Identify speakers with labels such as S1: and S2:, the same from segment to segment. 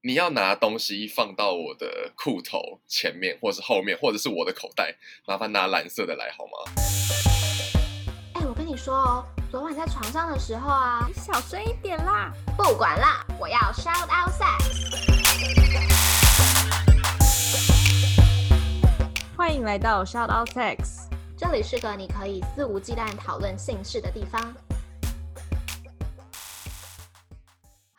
S1: 你要拿东西放到我的裤头前面，或是后面，或者是我的口袋，麻烦拿蓝色的来好吗？
S2: 哎、我跟你说哦，昨晚在床上的时候啊
S3: 你，小声一点啦！
S2: 不管啦，我要 shout out sex。
S3: 欢迎来到 Shout Out Sex，
S2: 这里是个你可以肆无忌惮讨论性事的地方。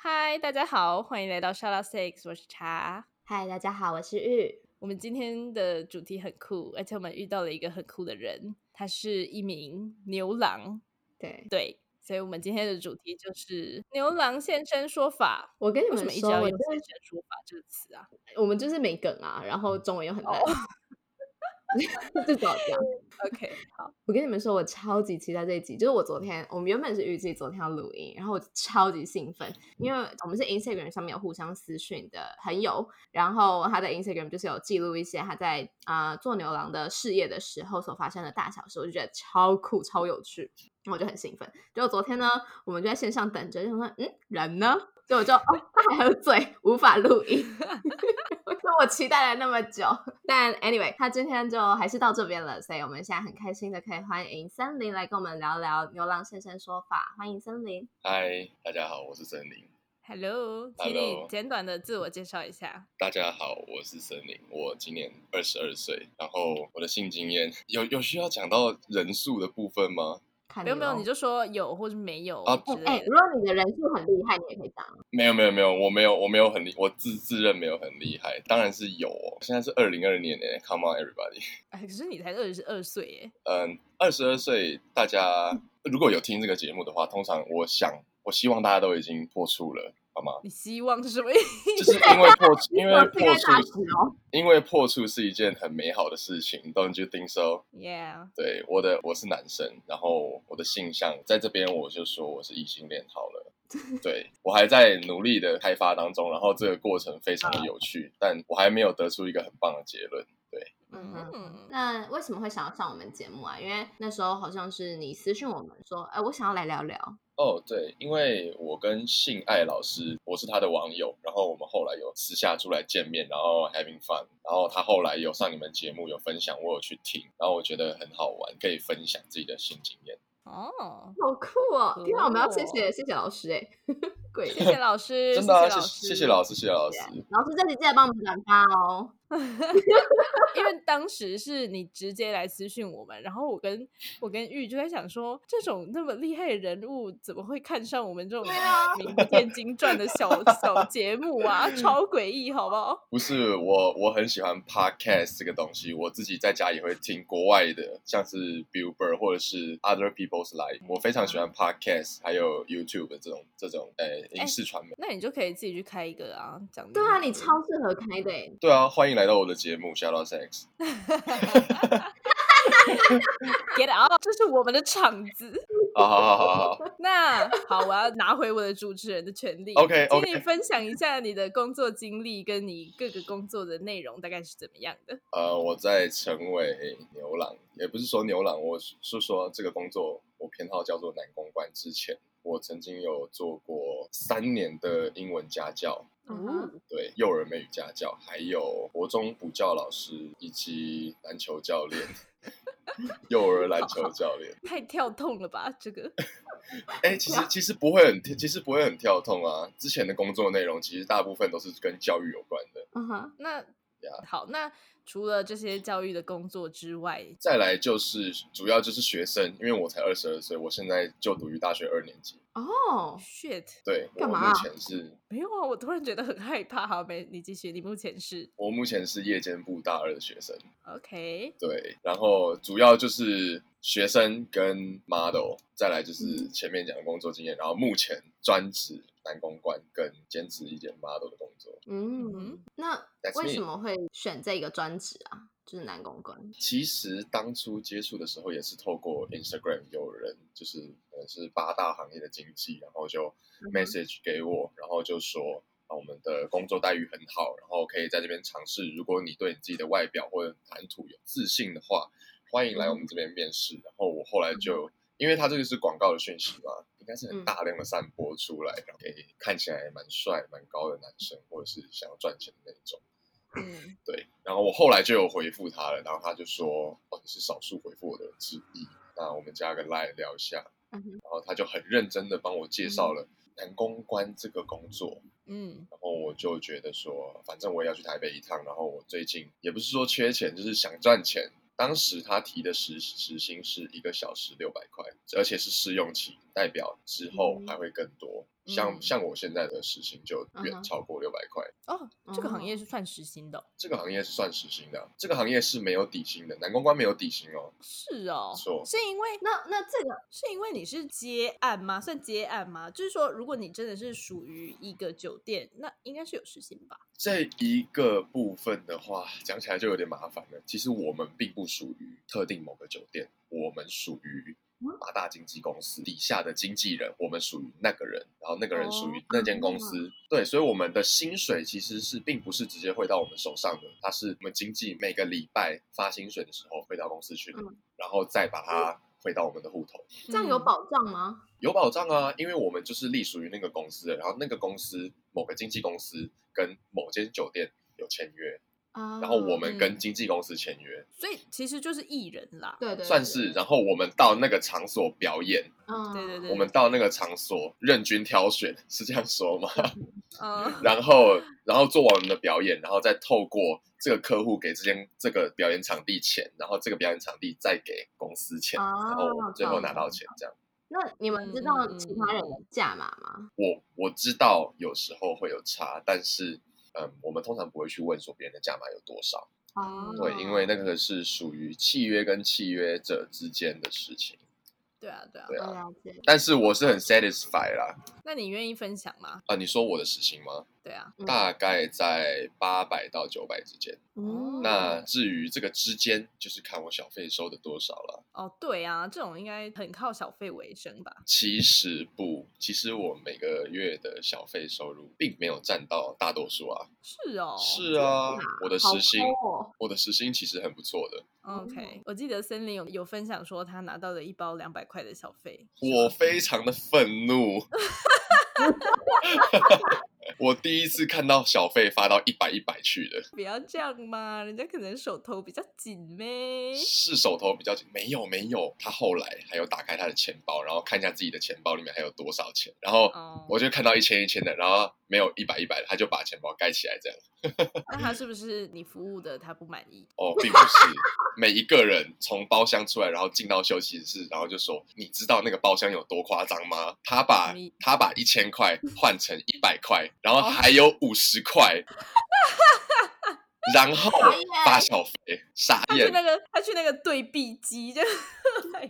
S3: 嗨，大家好，欢迎来到 Shout Out Sex，我是茶。
S2: 嗨，大家好，我是玉。
S3: 我们今天的主题很酷，而且我们遇到了一个很酷的人，他是一名牛郎，
S2: 对，
S3: 对，所以我们今天的主题就是牛郎现身说法。
S4: 我跟你
S3: 为
S4: 们
S3: 什么一直
S4: 说，
S3: 要
S4: 我
S3: 用
S4: 真
S3: 现
S4: 的
S3: 身说法这个词 啊？
S4: 我们就是没梗啊，然
S2: 嗯
S4: 后中文又很
S2: 哦
S4: 烂， 至少这样。
S3: OK，好，
S4: 我跟你们说，我超级期待这一集。就是我昨天，我们原本是预计昨天要录音，然后我超级兴奋，因为我们是 Instagram 上面有互相私讯的朋友，然后他在 Instagram 就是有记录一些他在啊、呃做牛郎的事业的时候所发生的大小事，我就觉得超酷、超有趣，我就很兴奋。结果昨天呢，我们就在线上等着，就说嗯，人呢？结果就哦，他还喝醉，无法录音。 我说我期待了那么久，但 anyway，他今天就还是到这边了，所以我们现在很开心的可以欢迎森林来跟我们聊聊牛郎先生说法。欢迎森林，
S1: 嗨，大家好，我是森林。
S3: Hello，请你
S1: Hello
S3: 简短的自我介绍一下。
S1: 大家好，我是森林，我今年二十二岁，然后我的性经验有有需要讲到人数的部分吗？
S4: 看
S3: 不用不用，
S4: 咯
S3: 你就说有或者没有
S1: 啊
S3: 之
S1: 不
S4: 哎、
S3: 类
S4: 如
S3: 的。
S4: 果你的人数很厉害，你也可以讲。
S1: 没有没有没有，我没有我没有很厉，我自自认没有很厉害，当然是有哦。现在是二零二年诶，Come on everybody。
S3: 哎，可是你才二十二岁耶，
S1: 嗯，二十二岁，大家如果有听这个节目的话，通常我想，我希望大家都已经破处了，好吗？
S3: 你希望是什么意思？
S1: 就是因为破，因为破
S4: 这个
S1: 处
S4: 大事哦，
S1: 因为破处是一件很美好的事情，Don't you think so？
S3: Yeah，
S1: 对，我的我是男生，然后我的性向在这边我就说我是异性恋好了。对我还在努力的开发当中，然后这个过程非常的有趣，但我还没有得出一个很棒的结论。
S4: 嗯哼。
S3: 嗯，
S4: 那为什么会想要上我们节目啊？因为那时候好像是你私讯我们说，哎、我想要来聊聊。
S1: 哦，对，因为我跟性爱老师，我是他的网友，然后我们后来有私下出来见面，然后 having fun，然后他后来有上你们节目有分享，我有去听，然后我觉得很好玩，可以分享自己的性经验。
S3: 哦，
S4: 好酷哦！天啊，我们要谢
S3: 哦
S4: 谢谢谢老师哎、鬼
S3: 谢谢老师，
S1: 真的啊，
S3: 谢
S1: 谢
S3: 师啊
S1: 谢谢老师，谢谢老师。
S4: 老师这集记得帮我们转发哦。
S3: 因为当时是你直接来私讯我们，然后我跟我跟玉就在想说，这种那么厉害的人物怎么会看上我们这种
S4: 啊
S3: 民间经传的小 小节目啊？超诡异，好不好？
S1: 不是我，我很喜欢 podcast 这个东西，我自己在家也会听国外的，像是 Billboard 或者是 Other People's Life，我非常喜欢
S3: 嗯
S1: podcast，还有 YouTube 的这种这种呃影视传媒。
S3: 那你就可以自己去开一个啊，讲
S4: 对啊，
S3: 真的
S4: 你超适合开的、欸，
S1: 对啊，欢迎来到我的节目《Shout Out Sex》。
S3: get out，这是我们的场子。
S1: 好好好好好，
S3: 那好，我要拿回我的主持人的权利。
S1: OK，OK
S3: 请你分享一下你的工作经历，跟你各个工作的内容大概是怎么样的？
S1: 呃，我在成为牛郎，也不是说牛郎，我是是说这个工作我偏好叫做男公关之前，我曾经有做过三年的英文家教，
S4: 嗯哼
S1: 对幼儿美语家教，还有国中补教老师以及篮球教练， 幼儿篮球教练。
S3: 太跳痛了吧，这个。
S1: 哎、其实其实不会很，其实不会很跳痛啊。之前的工作内容其实大部分都是跟教育有关的。
S4: 嗯哼，
S3: 那好，那除了这些教育的工作之外，
S1: 再来就是主要就是学生，因为我才二十二岁，我现在就读于大学二年级。
S4: 哦，
S3: shit，
S1: 对，我
S4: 干嘛
S1: 目
S4: 啊
S1: 前是，
S3: 没有啊，我突然觉得很害怕。好，没，你继续，你目前是
S1: 我目前是夜间部大二的学生。
S3: OK，
S1: 对，然后主要就是学生跟 model，再来就是
S4: 嗯
S1: 前面讲的工作经验，然后目前专职男公关跟兼职一点 model 的工作。
S4: 嗯
S3: 嗯，
S4: 那
S1: That's
S4: 为
S1: me
S4: 什么会选这个专职啊？就是男公关，
S1: 其实当初接触的时候也是透过 Instagram，有人就是可能是八大行业的经济，然后就
S4: 嗯哼
S1: message 给我，然后就说。啊我们的工作待遇很好，然后可以在这边尝试。如果你对你自己的
S4: 嗯
S1: 外表或者谈吐有自信的话，欢迎来我们这边面试。然后我后来就因为它这个是广告的讯息嘛，应该是
S4: 嗯
S1: 很大量的散播出来，然后给看起来蛮帅、蛮高的男生，或者是想要赚钱的那一种。
S3: 嗯，
S1: 对，然后我后来就有回复他了，然后他就说：“哦，你是少数回复我的人之一。”那我们加个 line 聊一下，
S4: 嗯哼嗯
S1: 然后他就很认真的帮我介绍了男公关这个工作。
S3: 嗯
S1: 然后我就觉得说，反正我也要去台北一趟，然后我最近也不是说缺钱，就是想赚钱。当时他提的时时薪是一个小时六百块，而且是试用期，代表之后
S4: 嗯
S1: 还会更多。
S3: 嗯
S1: 像像我现在的时薪就
S4: 嗯哼
S1: 远超过六百块。
S3: 哦，这个行
S4: 哦
S3: 业是算时薪的哦、
S1: 这个行业是算时薪的，啊这个行业是没有底薪的，男公关没有底薪哦。
S3: 是哦，
S1: 错
S3: 是因为
S4: 那那这个
S3: 是因为你是接案吗？算接案吗？就是说，如果你真的是属于一个酒店，那应该是有时薪吧？
S1: 这一个部分的话，讲起来就有点麻烦了。其实我们并不属于特定某个酒店，我们属于八大经纪公司底下的经纪人，我们属于那个人，然后那个人属于那间公司。对，所以我们的薪水其实是并不是直接汇到我们手上的，它是我们经纪每个礼拜发薪水的时候汇到公司去的，
S4: 嗯
S1: 然后再把它汇到我们的户头。
S4: 这样有
S3: 嗯
S4: 保障吗？
S1: 有保障啊，因为我们就是隶属于那个公司的，然后那个公司某个经纪公司跟某间酒店有签约，
S4: 啊，
S1: 然后我们跟
S3: 嗯
S1: 经纪公司签约，
S3: 所以其实就是艺人啦。
S4: 对对
S1: 算是，然后我们到那个场所表演，
S2: 啊
S4: 嗯
S3: 对对对
S1: 我们到那个场所任君挑选，是这样说吗？
S3: 嗯，
S1: 然后，然后做完我们的表演，然后再透过这个客户给这间这个表演场地钱，然后这个表演场地再给公司钱，然后我们最
S4: 哦
S1: 后拿到钱，这样。
S4: 那你们知道其他人的价码吗？
S1: 我我知道有时候会有差，但是。嗯，我们通常不会去问说别人的价码有多少，
S3: 嗯
S4: 哦
S1: 对，因为那个是属于契约跟契约者之间的事情。
S3: 对啊对啊。
S1: 对
S4: 我
S1: 啊，
S4: 了解，
S1: 但是我是很 satisfied 啦。
S3: 那你愿意分享吗？
S1: 啊，你说我的时薪吗？
S3: 对啊，
S4: 嗯
S1: 大概在八百到九百之间。
S3: 嗯
S1: 那至于这个之间，就是看我小费收的多少了。
S3: 哦对啊，这种应该很靠小费为生吧？
S1: 其实不，其实我每个月的小费收入并没有占到大多数啊。
S3: 是哦，
S1: 是啊，我的
S4: 好
S1: 时薪，
S4: 抠哦
S1: 我的时薪其实很不错的。
S3: OK，我记得森林有有分享说他拿到了一包两百块的小费，
S1: 我非常的愤怒。 我第一次看到小费发到一百一百去的，
S3: 不要这样嘛，人家可能手头比较紧呗。
S1: 是手头比较紧，没有没有。他后来还有打开他的钱包，然后看一下自己的钱包里面还有多少钱，然后
S3: 哦，
S1: 我就看到一千一千的，然后没有一百一百的，他就把钱包盖起来这样。
S3: 那他是不是你服务的他不满意？
S1: 哦，并不是每一个人从包厢出来，然后进到休息室，然后就说：“你知道那个包厢有多夸张吗？”他把
S3: 什么意
S1: 他把一千块换成一百块，然
S4: 哦
S1: 后还有五十 块，然后
S4: 傻眼
S1: 发小费，傻
S3: 他去
S1: 眼。
S3: 那个他去那个对币机，这样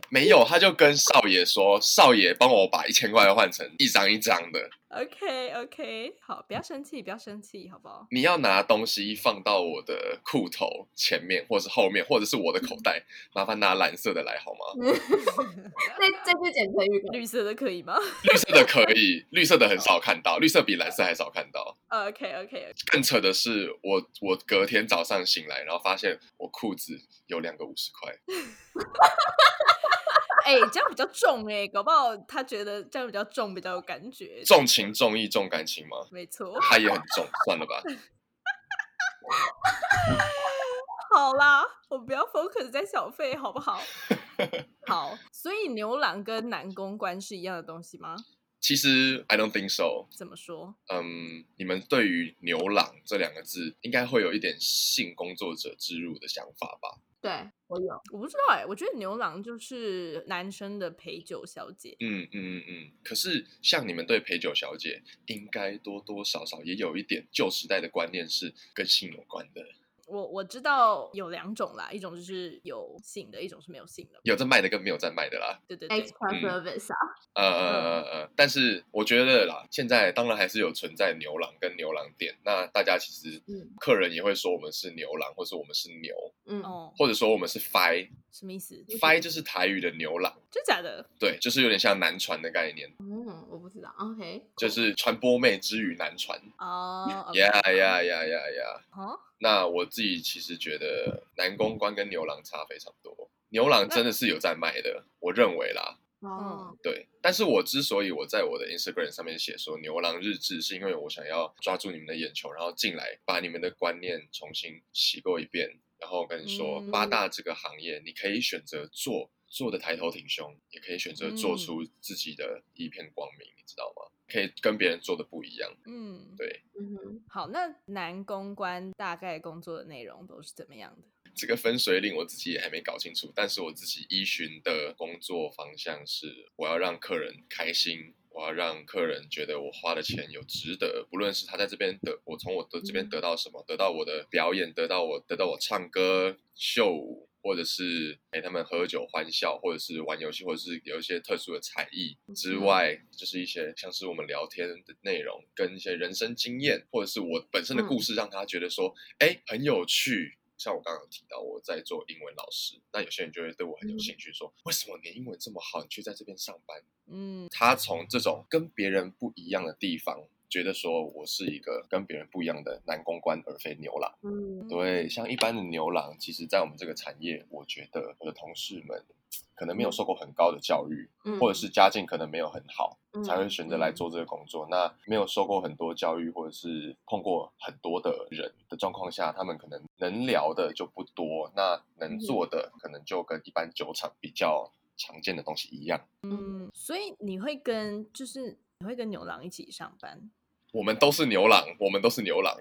S1: 没有，他就跟少爷说：“少爷，帮我把一千块换成一张一张的，
S3: OK OK，好，不要生气，不要生气，好不好？
S1: 你要拿东西放到我的裤头前面，或是后面，或者是我的口袋，麻烦拿蓝色的来好吗？
S4: 这这句简称 预告，
S3: 绿色的可以吗
S1: 绿色的可以，绿色的很少看到，绿色比蓝色还少看到。
S3: ？OK OK，
S1: 更扯的是，我我隔天早上醒来，然后发现我裤子有两个五十块，
S3: 哎、这样比较重哎、搞不好他觉得这样比较重，比较有感觉。，
S1: 重情重义重感情吗？
S3: 没错。
S1: 他也很重，算了吧。
S3: 好啦，我们不要 focus 在小费，好不好？好，所以牛郎跟男公关是一样的东西吗？
S1: 其实 I don't think so。
S3: 怎么说？
S1: 嗯，你们对于“牛郎”这两个字，应该会有一点性工作者之入的想法吧？
S4: 对我有，
S3: 我不知道哎、我觉得牛郎就是男生的陪酒小姐。
S1: 嗯嗯嗯嗯，可是像你们对陪酒小姐，应该多多少少也有一点旧时代的观念是跟性有关的，
S3: 我我知道有两种啦，一种就是有性的，一种是没有性的。
S1: 有在卖的跟没有在卖的啦。
S3: 对对对，
S4: extra
S1: 嗯
S4: service 啊，
S1: 呃呃呃呃，但是我觉得啦，现在当然还是有存在牛郎跟牛郎店，那大家其实
S4: 嗯
S1: 客人也会说我们是牛郎，或是我们是牛，
S4: 嗯，
S3: 哦，
S1: 或者说我们是 fi
S3: 什么意思？
S1: fi 就是台语的牛郎，
S3: 真假的？
S1: 对，就是有点像男传的概念，
S4: 嗯，我不知道，OK，
S1: 就是传播妹之于男传。
S3: 哦，
S1: 呀呀呀呀呀！
S3: 哦，
S1: 那我自己其实觉得男公关跟牛郎差非常多，牛郎真的是有在卖的，我认为啦。
S4: 哦，
S3: 嗯
S1: 对，但是我之所以我在我的 Instagram 上面写说牛郎日志，是因为我想要抓住你们的眼球，然后进来把你们的观念重新洗过一遍，然后跟你说、
S3: 嗯
S1: 八大这个行业，你可以选择做做的抬头挺胸，也可以选择做
S3: 嗯
S1: 出自己的一片光明，你知道吗？可以跟别人做的不一样，
S3: 嗯，
S1: 对。
S4: 嗯哼，
S3: 好，那男公关大概工作的内容都是怎么样的？
S1: 这个分水岭我自己也还没搞清楚，但是我自己依循的工作方向是，我要让客人开心，我要让客人觉得我花的钱有值得，不论是他在这边得，我从我的这边得到什么，得到我的表演，得到我得到我唱歌、秀舞，或者是陪他们喝酒欢笑，或者是玩游戏，或者是有一些特殊的才艺之外，就是一些像是我们聊天的内容，跟一些人生经验，或者是我本身的故事，让他觉得说，哎、很有趣。像我刚刚有提到，我在做英文老师，那有些人就会对我
S4: 嗯
S1: 很有兴趣，说为什么你英文这么好，你却在这边上班？
S3: 嗯
S1: 他从这种跟别人不一样的地方，觉得说我是一个跟别人不一样的男公关，而非牛郎。
S4: 嗯，
S1: 对，像一般的牛郎，其实在我们这个产业，我觉得我的同事们可能没有受过很高的教育，
S4: 嗯
S1: 或者是家境可能没有很好，
S4: 嗯
S1: 才会选择来做这个工作。那没有受过很多教育，或者是碰过很多的人的状况下，他们可能能聊的就不多，那
S4: 嗯
S1: 能做的可能就跟一般酒厂比较常见的东西一样。
S3: 嗯，所以你会跟就是你会跟牛郎一起上班
S1: 我们都是牛郎，我们都是牛郎。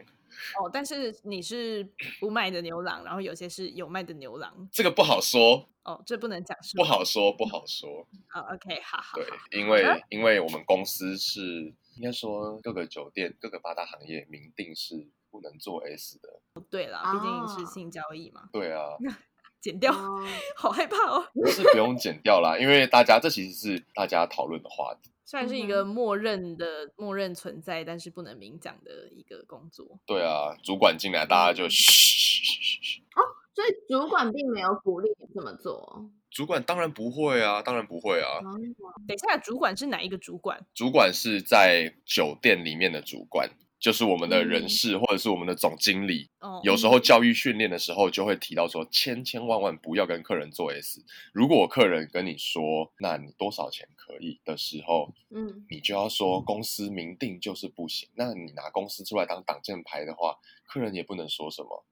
S3: 哦，但是你是不卖的牛郎，然后有些是有卖的牛郎
S1: 这个不好说，
S3: 哦，这不能讲是
S1: 不好说，不好说。
S4: 嗯
S3: 啊、o k 好好好，
S1: 对，因为因为我们公司是应该说各个酒店、各个八大行业明定是不能做 S 的。
S3: 对了，毕竟
S4: 啊
S3: 是性交易嘛，
S1: 对啊，
S3: 剪 掉，
S4: 哦
S3: 好害怕哦。
S1: 但是不用剪掉啦，因为大家这其实是大家讨论的话题。
S3: 虽然是一
S4: 嗯
S3: 个默认的、默认存在，但是不能明讲的一个工作。
S1: 对啊，主管进来，大家就嘘嘘嘘嘘嘘。
S4: 所以主管并没有鼓励你这么做。
S1: 主管当然不会啊，当然不会啊。
S4: 哦
S3: 等一下，主管是哪一个主管？
S1: 主管是在酒店里面的主管，就是我们的人事或者是我们的总经理。
S3: 哦，
S1: 有时候教育训练的时候就会提到说，千千万万不要跟客人做 S。如果客人跟你说，那你多少钱可以的时候，
S4: 嗯，
S1: 你就要说公司明定就是不行。那你拿公司出来当挡箭牌的话，客人也不能说什么。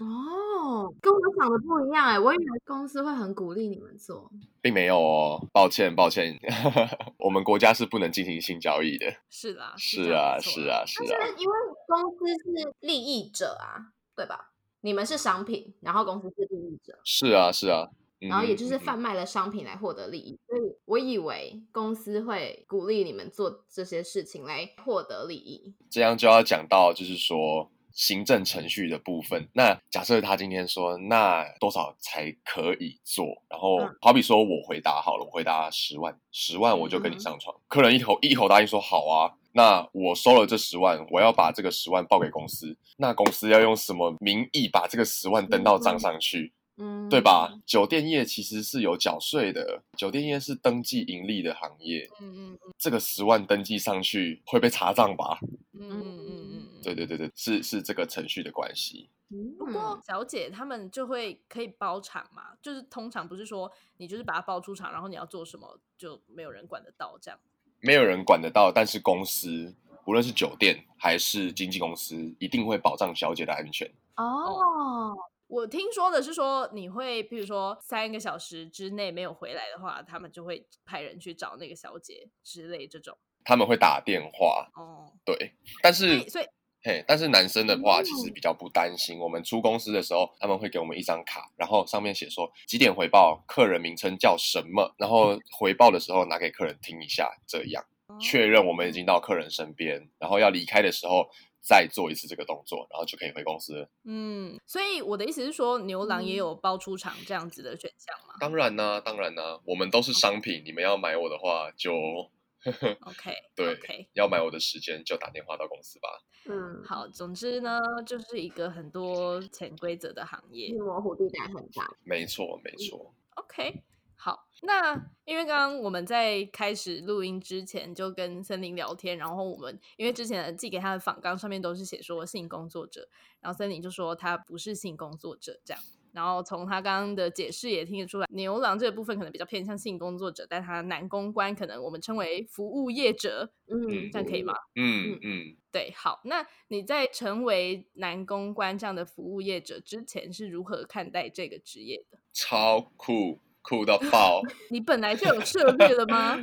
S4: 哦，跟我想的不一样哎，我以为公司会很鼓励你们做。
S1: 并没有哦，抱歉抱歉， 我们国家是不能进行性交易的。
S3: 啊是啦，这
S1: 是
S3: 样
S1: 啊
S3: 没错
S1: 是
S3: 啦，
S1: 啊是啊，
S4: 因为公司是利益者啊，对吧？你们是商品，然后公司是利益者，
S1: 是啊是啊。嗯
S4: 然后也就是
S1: 嗯嗯
S4: 贩卖了商品来获得利益，所以我以为公司会鼓励你们做这些事情来获得利益。
S1: 这样就要讲到就是说行政程序的部分。那假设他今天说那多少才可以做，然后
S4: 嗯
S1: 好比说我回答好了，我回答十万，十万我就跟你
S3: 嗯
S1: 上床。客人一口一口答应说好啊。那我收了这十万，我要把这个十万报给公司。那公司要用什么名义把这个十万登到账上去？
S4: 嗯，
S1: 对吧？？酒店业其实是有缴税的，酒店业是登记盈利的行业，
S3: 嗯嗯
S1: 这个十万登记上去会被查账吧？
S3: 嗯嗯嗯嗯嗯。
S1: 对对对对，是是这个程序的关系。
S3: 不
S1: 嗯
S3: 过小姐她们就会可以包场嘛，就是通常不是说你就是把它包出场，然后你要做什么就没有人管得到这样。
S1: 没有人管得到，但是公司无论是酒店还是经纪公司，一定会保障小姐的安全。
S3: 嗯
S4: 哦，
S3: 我听说的是说你会，比如说三个小时之内没有回来的话，他们就会派人去找那个小姐之类这种。
S1: 他们会打电话，
S3: 哦，
S1: 对，但
S3: 所
S1: 是
S3: 以嗯所以
S1: 嘿，但是男生的话其实比较不担心。我们出公司的时候，他们会给我们一张卡，然后上面写说几点回报，客人名称叫什么，然后回报的时候拿给客人听一下，这样
S3: 哦
S1: 确认我们已经到客人身边，然后要离开的时候再做一次这个动作，然后就可以回公司了。
S3: 嗯，所以我的意思是说，牛郎
S1: 嗯
S3: 也有包出场这样子的选项嘛
S1: 当然呢、当然呢、我们都是商品，你们要买我的话就
S3: ？OK，
S1: 对
S3: OK，
S1: 要买我的时间就打电话到公司吧。
S4: 嗯，
S3: 好，总之呢，就是一个很多潜规则的行业
S4: 是。模糊地带很大。
S3: 嗯
S1: 没错，没错。
S3: OK，好，那因为刚刚我们在开始录音之前就跟森林聊天，然后我们因为之前寄给他的访纲上面都是写说性工作者，然后森林就说他不是性工作者这样。然后从他刚刚的解释也听得出来，牛郎这个部分可能比较偏向性工作者，但他男公关可能我们称为服务业者，
S4: 嗯
S1: 嗯，
S3: 这样可以吗？
S1: 嗯嗯，
S3: 对，好，那你在成为男公关这样的服务业者之前是如何看待这个职业的？
S1: 超酷，酷到爆，
S3: 你本来就有涉猎了 吗？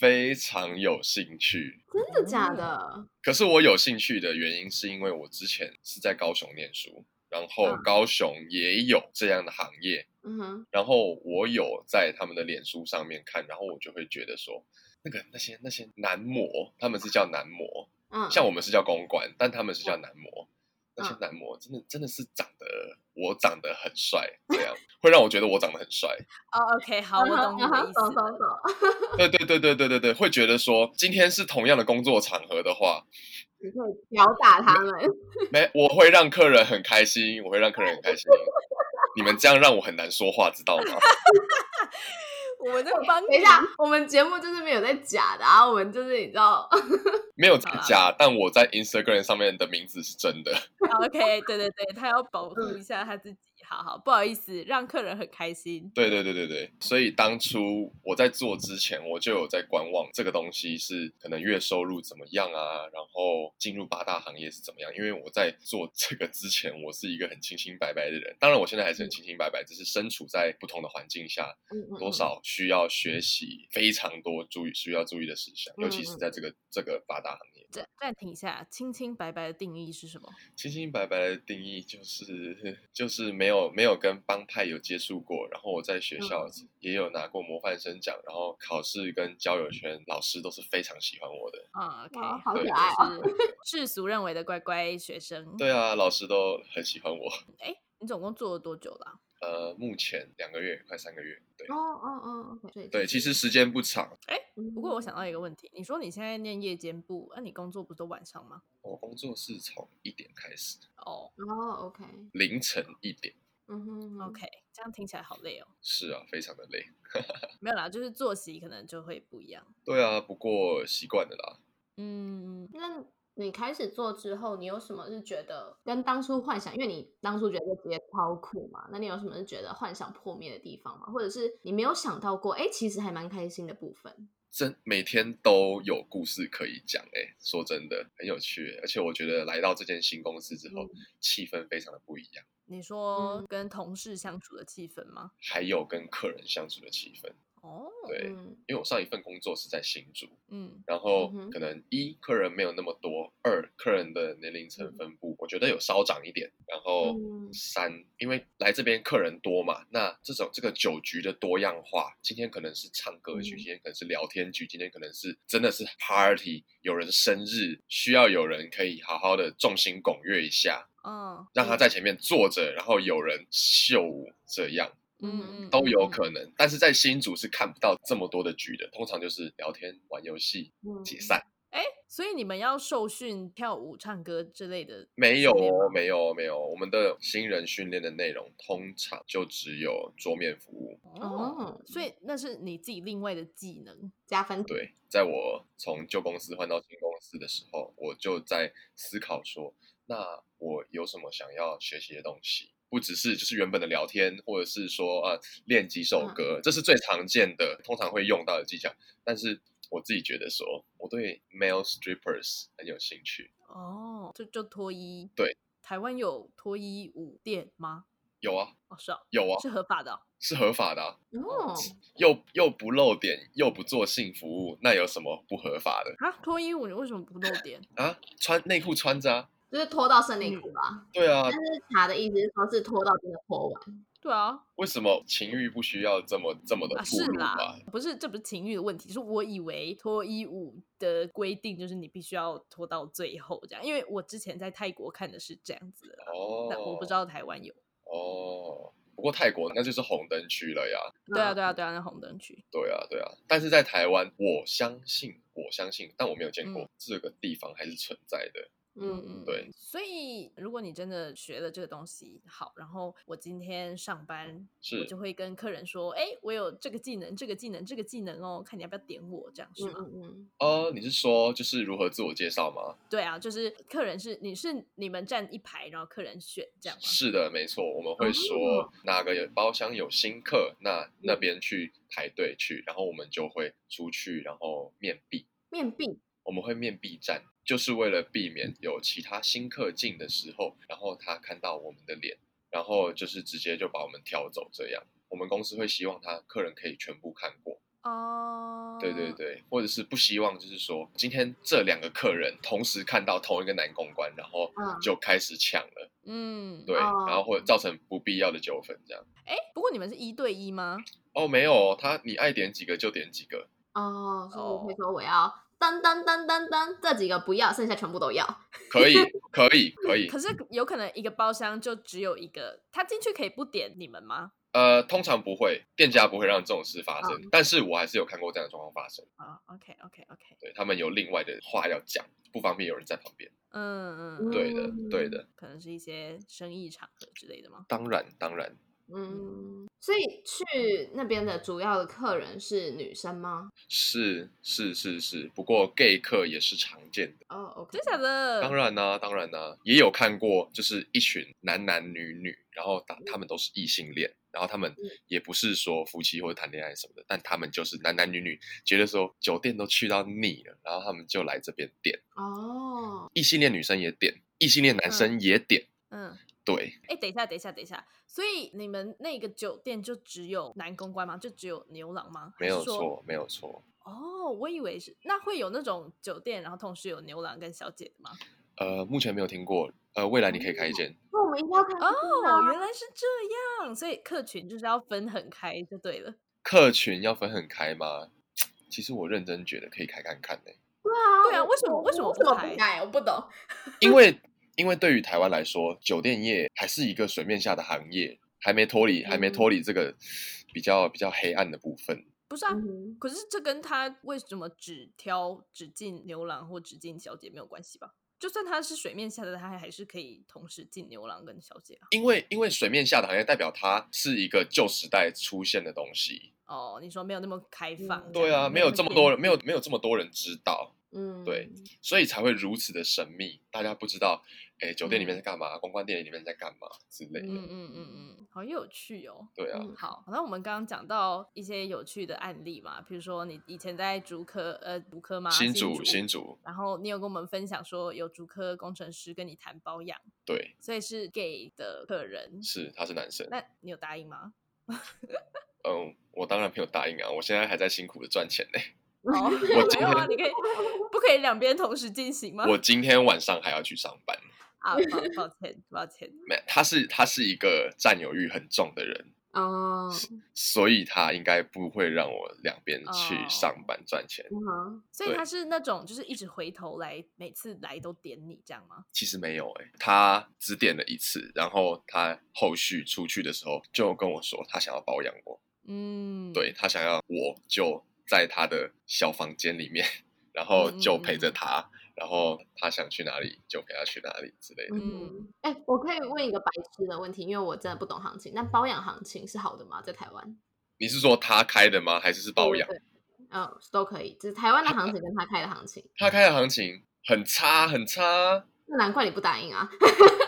S1: 非常有兴趣。
S4: 真的假的？
S1: 可是我有兴趣的原因是因为我之前是在高雄念书，然后
S3: 嗯
S1: 高雄也有这样的行业，
S4: 嗯哼，
S1: 然后我有在他们的脸书上面看，然后我就会觉得说，那个那些那些男模，他们是叫男模，
S4: 嗯，
S1: 像我们是叫公关，但他们是叫男模。那些
S4: 嗯
S1: 男模真的真的是长得我长得很帅，这样会让我觉得我长得很帅。
S3: 哦、o k 好，我懂你
S4: 嗯
S3: 的
S4: 哼
S3: 意思
S4: 懂
S3: 了。
S4: 懂懂。
S1: 对对对对对对对，会觉得说今天是同样的工作场合的话，
S4: 你可以吊打他们。
S1: 没我会让客人很开心，我会让客人很开心。 你们这样让我很难说话，知道吗？
S3: 我们在帮，
S4: 等一下，我们节目就是没有在假的啊，我们就是你知道，
S3: 嗯
S1: 没有在假，但我在 Instagram 上面的名字是真的。
S3: OK，对对对，他要保
S4: 嗯
S3: 护一下他自己。好好，不好意思，让客人很开心。
S1: 对对对对对，所以当初我在做之前，我就有在观望这个东西是可能月收入怎么样啊，然后进入八大行业是怎么样。因为我在做这个之前，我是一个很清清白白的人，当然我现在还是很清清白白，只是身处在不同的环境下，
S3: 嗯
S4: 嗯
S1: 多
S4: 哦
S1: 少需要学习非常多注意需要注意的事项，尤其是在这个这个八大行业。
S3: 暂暂停一下，清清白白的定义是什么？
S1: 清清白白的定义就是就是没有没有跟帮派有接触过，然后我在学校也有拿过模范生奖，然后考试跟交友圈老师都是非常喜欢我的。
S3: 啊，OK，
S4: 哇好
S1: 对
S4: 可爱
S3: 哦！ 世俗认为的乖乖学生。
S1: 对啊，老师都很喜欢我。
S3: 哎，你总共做了多久了啊？
S1: 呃，目前两个月快三个月，对
S4: 哦哦哦，OK，对嗯
S1: 对，其实时间不长。
S3: 不过我想到一个问题，你说你现在念夜间部，那、你工作不都晚上吗？
S1: 我工作是从一点开始，
S3: 哦、
S4: 哦，OK，
S1: 凌晨一点。
S4: 嗯哼
S3: o k 这样听起来好累哦。
S1: 是啊，非常的累。
S3: 没有啦，就是作息可能就会不一样。
S1: 对啊，不过习惯了啦。
S3: 嗯，
S4: 那你开始做之后，你有什么是觉得跟当初幻想？因为你当初觉得这职业超酷嘛，那你有什么是觉得幻想破灭的地方吗？或者是你没有想到过，哎，其实还蛮开心的部分？
S1: 真每天都有故事可以讲哎、说真的很有趣欸、而且我觉得来到这间新公司之后，气氛非常的不一样，
S3: 你说
S4: 嗯
S3: 跟同事相处的气氛吗？
S1: 还有跟客人相处的气氛。
S3: 哦，
S1: 对，
S4: 嗯
S1: 因为我上一份工作是在新竹，
S3: 嗯
S1: 然后
S4: 嗯哼
S1: 可能一客人没有那么多，二客人的年龄层分布，我觉得有稍长一点，然后。
S4: 嗯
S1: 三，因为来这边客人多嘛，那这种这个酒局的多样化，今天可能是唱歌局，
S4: 嗯
S1: 今天可能是聊天局，今天可能是真的是 party，有人生日，需要有人可以好好的众星拱月一下，
S3: 嗯
S1: 让他在前面坐着，然后有人秀舞，这样
S3: 嗯，
S1: 都有可能。但是在新竹是看不到这么多的局的，通常就是聊天、玩游戏、
S4: 嗯
S1: 解散。
S3: 哎，所以你们要受训跳舞、唱歌之类的
S1: 没
S3: 训
S1: 有
S3: 练吗
S1: 哦，没有哦，没有哦。我们的新人训练的内容通常就只有桌面服务，
S3: 哦
S4: 哦，
S3: 所以那是你自己另外的技能。
S4: 加分题，
S1: 对，在我从旧公司换到新公司的时候，我就在思考说，那我有什么想要学习的东西？不只是就是原本的聊天，或者是说啊练几首
S4: 嗯
S1: 歌，这是最常见的，通常会用到的技巧。但是我自己觉得说，我对 male strippers 很有兴趣。
S3: 哦，就就脱衣。
S1: 对，
S3: 台湾有脱衣舞店吗？
S1: 有啊，
S3: 哦，是哦，
S1: 有啊
S3: 是，合法的哦、
S1: 是合法的啊、
S4: 哦，
S1: 又又不露点，又不做性服务，那有什么不合法的
S3: 啊。脱衣舞你为什么不露点？
S1: 啊？穿内裤穿着啊，
S4: 就是拖到胜
S3: 嗯
S4: 利裤吧。
S1: 对啊，
S4: 但是查的意思是说，是拖到真的拖完。
S3: 对啊，
S1: 为什么情欲不需要这么这么的
S3: 啊
S1: 暴
S3: 是
S1: 露吧
S3: 啦？，不是这不是情欲的问题，是我以为脱衣舞的规定就是你必须要脱到最后这样，因为我之前在泰国看的是这样子的啦，
S1: 哦，
S3: 但我不知道台湾有。
S1: 哦。不过泰国那就是红灯区了呀，
S3: 对啊，对啊，对啊，那红灯区。
S1: 对啊，对啊。但是在台湾，我相信，我相信，但我没有见过、
S3: 嗯
S1: 这个地方还是存在的。
S3: 嗯嗯，
S1: 对。
S3: 所以，如果你真的学了这个东西好，然后我今天上班，我
S1: 是
S3: 就会跟客人说：“哎，我有这个技能，这个技能，这个技能哦，看你要不要点我，这样是啊
S4: 嗯
S3: 吗？”
S4: 嗯嗯，
S1: 哦，你是说就是如何自我介绍吗？
S3: 对啊，就是客人是你是你们站一排，然后客人选这样吗？哦
S1: 是的，没错，我们会说哪个有包厢有新客，
S3: 嗯
S1: 那那边去排队去，然后我们就会出去，然后面壁，
S4: 面壁
S1: 我们会面壁站，就是为了避免有其他新客进的时候，然后他看到我们的脸，然后就是直接就把我们挑走这样。我们公司会希望他客人可以全部看过，
S3: 哦，
S1: 对对，对，或者是不希望，就是说今天这两个客人同时看到同一个男公关，然后
S4: 嗯
S1: 就开始抢了，
S3: 嗯，
S1: 对，
S4: 哦
S1: 然后或者造成不必要的纠纷这样。
S3: 哎，不过你们是一对一吗？
S1: 哦，没有哦，他你爱点几个就点几个，
S4: 哦，所以我会
S3: 哦
S4: 说我要噔噔噔噔噔这几个不要，剩下全部都要。
S1: 可 以可以可以
S3: 可，是有可能一个包厢就只有一个，他进去可以不点你们吗？
S1: 呃，通常不会，店家不会让这种事发
S4: 哦
S1: 生，但是我还是有看过这样的状况发生，
S3: 啊、o k OK OK，
S1: 对他们有另外的话要讲，不方便有人在旁边，
S3: 嗯嗯，
S1: 对的对
S4: 嗯
S1: 的，
S3: 可能是一些生意场合之类的吗？
S1: 当然当然，
S4: 嗯，所以去那边的主要的客人是女生吗？
S1: 是是是是，不过 gay 客也是常见的。
S4: 哦，OK，
S3: 真假的？
S1: 当然啦、当然啦、啊也有看过，就是一群男男女女，然后
S3: 嗯
S1: 他他们都是异性恋，然后他们也不是说夫妻或者谈恋爱什么的，但他们就是男男女女，觉得说酒店都去到腻了，然后他们就来这边点，
S4: 哦，
S1: 异性恋女生也点，异性恋男生也点，
S3: 嗯，
S1: 对，
S3: 哎，等一下，等一下，等一下，所以你们那个酒店就只有男公关吗？就只有牛郎吗？
S1: 没
S3: 还是
S1: 有
S3: 说。
S1: 错，没有错。
S3: 哦，我以为是，那会有那种酒店，然后同时有牛郎跟小姐的吗？
S1: 呃，目前没有听过，呃，未来你可以开一间，
S4: 那我们一定要看
S3: 哦，原来是这样，所以客群就是要分很开就对了。
S1: 客群要分很开吗？其实我认真觉得可以开看欸看呢、
S4: 对啊，
S3: 对啊
S4: 我
S3: 为什么为什么
S4: 我
S3: 不
S4: 怎么
S3: 开
S4: 不改？我不懂。
S1: 因为因为对于台湾来说，酒店业还是一个水面下的行业，还没脱离，还没脱离这个比较比较黑暗的部分。
S3: 不是啊，
S4: 嗯
S3: 可是这跟他为什么只挑只进牛郎或只进小姐没有关系吧？就算他是水面下的，他还是可以同时进牛郎跟小姐啊。
S1: 因为因为水面下的行业代表它是一个旧时代出现的东西，
S3: 哦，你说没有那么开
S4: 嗯
S3: 放这样，
S1: 对啊，没有这么
S3: 偏
S1: 多人，没有没有这么多人知道，
S4: 嗯，
S1: 对，所以才会如此的神秘，大家不知道，哎，酒店里面在干嘛，公关店里面在干嘛之类
S3: 嗯
S1: 的，
S3: 嗯嗯嗯，好有趣哦。
S1: 对啊，
S4: 嗯
S3: 好，那我们刚刚讲到一些有趣的案例嘛，比如说你以前在竹科，呃，竹科吗？
S1: 新
S3: 竹，
S1: 竹新竹，
S3: 然后你有跟我们分享说有竹科工程师跟你谈包养，
S1: 对，
S3: 所以是 gay 的客人，
S1: 是他是男生，
S3: 那你有答应 吗？
S1: 嗯，我当然没有答应啊，我现在还在辛苦的赚钱呢，
S3: 哦，
S1: 今
S3: 没有啊，
S1: 天
S3: 你可以不可以两边同时进行吗？
S1: 我今天晚上还要去上班。
S3: 啊，抱抱歉，抱歉，
S1: 没，他是他是一个占有欲很重的人，
S4: 哦，
S1: 所以他应该不会让我两边
S3: 哦
S1: 去上班赚钱。
S4: 嗯哼
S3: 所以
S1: 对
S3: 他是那种就是一直回头来，每次来都点你这样吗？
S1: 其实没有诶、欸他只点了一次，然后他后续出去的时候就跟我说，他想要包养我，
S3: 嗯，
S1: 对他想要我就在他的小房间里面，然后就陪
S4: 嗯
S1: 着他，然后他想去哪里就陪他去哪里之类的。
S4: 嗯，哎、我可以问一个白痴的问题，因为我真的不懂行情。那包养行情是好的吗？在台湾
S1: 你是说他开的吗？还是是包养？
S4: 对对呃，都可以，就是台湾的行情跟他开的行情。
S1: 他开的行情很差，啊很差。
S4: 那难怪你不答应啊，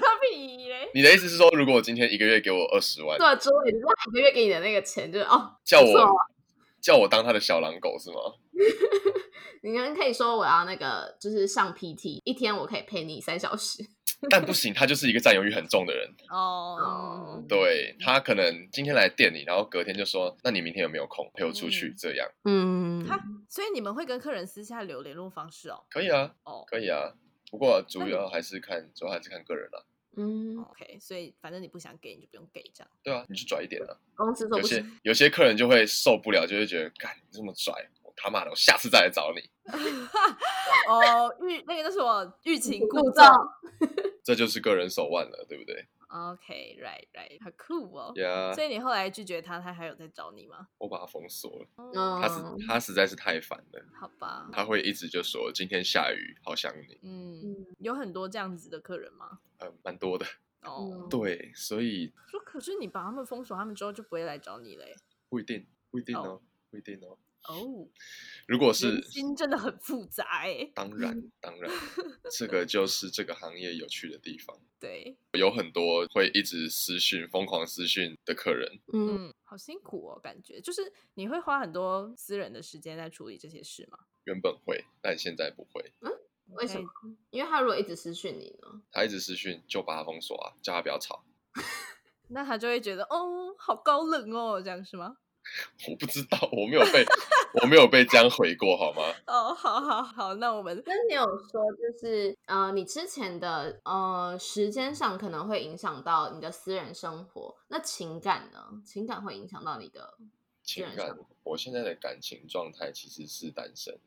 S3: 他比嘞，
S1: 你的意思是说，如果我今天一个月给我二十万，
S4: 对啊，之类的，就是每个月给你的那个钱，就是哦，
S1: 叫
S4: 不错
S1: 我叫我当他的小狼 狗是吗？
S4: 你们可以说我要那个，就是上 PT，一天我可以陪你三小时。
S1: 但不行，他就是一个占有欲很重的人。
S3: 哦，
S1: 对他可能今天来店里，然后隔天就说：“那你明天有没有空陪我出去
S3: 嗯？”
S1: 这样
S4: 嗯
S3: 他所以你们会跟客人私下留联络方式哦？
S1: 可以啊，
S3: 哦
S1: 可以啊。不过主
S3: 那
S1: 要还是看，主要还是看个人啦、
S4: 嗯，
S3: ，OK，所以反正你不想给，你就不用给这样。
S1: 对啊，你就拽一点啊。
S4: 公司做
S1: 有
S4: 不
S1: 些
S4: 行。
S1: 有些客人就会受不了，就会觉得：“干，你这么拽，我他妈的，我下次再来找你。”
S3: 哦，欲那个就是我欲擒故
S4: 故
S3: 纵。
S1: 这就是个人手腕了，对不对？
S3: OK，right right，好酷哦。
S1: 呀、
S3: 所以你后来拒绝他，他还有在找你吗？
S1: 我把他封锁了。
S4: 嗯，
S1: 他是
S3: 哦
S1: 他实在是太烦了，
S3: 好吧，
S1: 他会一直就说：“今天下雨，好想你。”
S3: 嗯，有很多这样子的客人吗？
S1: 呃，蛮多的。
S3: 哦，
S4: 嗯
S1: 对，所以
S3: 说可是你把他们封锁，他们之后就不会来找你嘞。
S1: 不一定，不一定
S3: 哦
S1: 哦，不一定哦。
S3: 哦，
S1: 如果
S3: 人
S1: 是嗯
S3: 心真的很复杂哎、
S1: 当然，当然，这个就是这个行业有趣的地方。
S3: 对，
S1: 有很多会一直私讯、疯狂私讯的客人，
S4: 嗯，
S3: 嗯，好辛苦哦，感觉就是你会花很多私人的时间在处理这些事吗？哎
S1: 原本会，但现在不会。
S4: 为什么？因为他如果一直私讯你呢，
S1: 他一直私讯，就把他封锁啊，叫他不要吵。
S3: 那他就会觉得哦，好高冷哦，这样是吗？
S1: 我不知道，我没有 被，我没有被这样回过，好吗？
S3: 哦，好好好，那我们
S4: 但是你有说就是呃，你之前的呃时间上可能会影响到你的私人生活，那情感呢？情感会影响到你的，
S1: 情
S4: 然
S1: 感，我现在的感情状态其实是单身，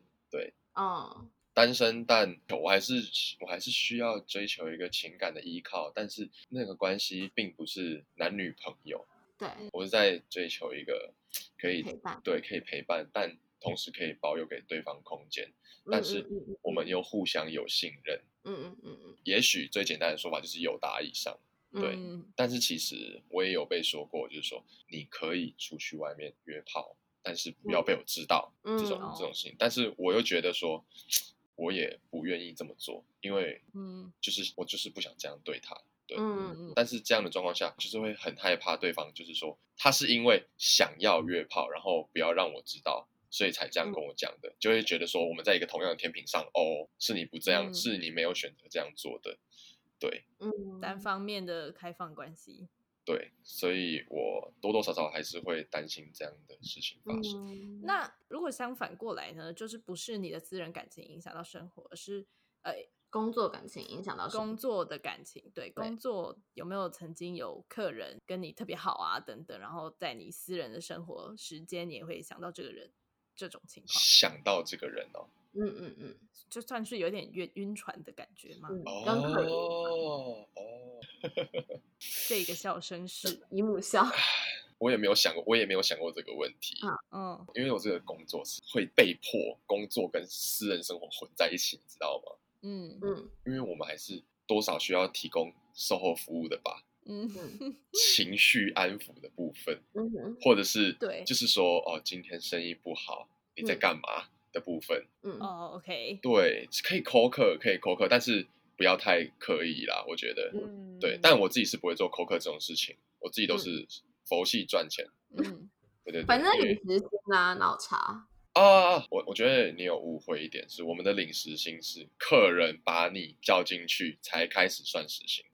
S4: 嗯
S1: 单身，但我还是我还是需要追求一个情感的依靠，但是那个关系并不是男女朋友，
S4: 对，
S1: 我是在追求一个可以
S4: 陪伴
S1: 对可以陪伴，但同时可以保有给对方空间，但是
S4: 嗯嗯嗯
S1: 我们又互相有信任。
S4: 嗯嗯嗯
S1: 也许最简单的说法就是有达以上，
S4: 嗯，
S1: 对
S3: 嗯
S1: 但是其实我也有被说过，就是说你可以出去外面约炮，但是不要被我知道、
S4: 嗯
S1: 这种
S3: 嗯
S1: 这种事情。但是我又觉得说，我也不愿意这么做，因为
S3: 嗯
S1: 就是我就是不想这样对他。对，
S4: 嗯
S3: 嗯嗯，
S1: 但是这样的状况下，就是会很害怕对方，就是说他是因为想要约炮，然后不要让我知道，所以才这
S4: 嗯
S1: 样跟我讲的，就会觉得说我们在一个同样的天平上，哦，是你不这样，
S3: 嗯
S1: 是你没有选择这样做的，对
S4: 嗯，
S3: 单方面的开放关系，
S1: 对，所以我多多少少还是会担心这样的事情发生。
S4: 嗯
S3: 那如果相反过来呢，就是不是你的私人感情影响到生活，而是呃
S4: 工作感情影响到什
S3: 工
S4: 么
S3: 作的感情。对，工作有没有曾经有客人跟你特别好啊等等，然后在你私人的生活时间，你也会想到这个人这种情况，
S1: 想到这个人哦，
S4: 嗯嗯嗯
S3: 就算是有点晕晕船的感觉嘛。
S4: 嗯，跟可以
S1: 哦哦，
S3: 这个笑声是，
S4: 姨母笑，
S1: 我也没有想过，我也没有想过这个问题，
S4: 嗯
S3: 嗯，
S1: 因为我这个工作是会被迫工作跟私人生活混在一起，你知道吗？
S3: 嗯
S4: 嗯
S1: 因为我们还是多少需要提供售后服务的吧，
S3: 嗯
S4: 嗯
S1: 情绪安抚的部分，
S4: 嗯哼
S1: 或者是
S3: 对
S1: 就是说哦，今天生意不好，你在
S4: 嗯
S1: 干嘛的部分，
S4: 嗯
S3: 哦，OK，
S1: 对，可以口渴，可以口渴，但是不要太刻意啦，我觉得，
S3: 嗯，
S1: 对，但我自己是不会做口渴这种事情，我自己都是佛系赚钱，
S3: 嗯
S1: 对对对，
S4: 嗯反正
S1: 因为
S4: 饮食是啊，脑茶，
S1: 啊，我我觉得你有误会一点，是我们的领时薪是客人把你叫进去才开始算时薪。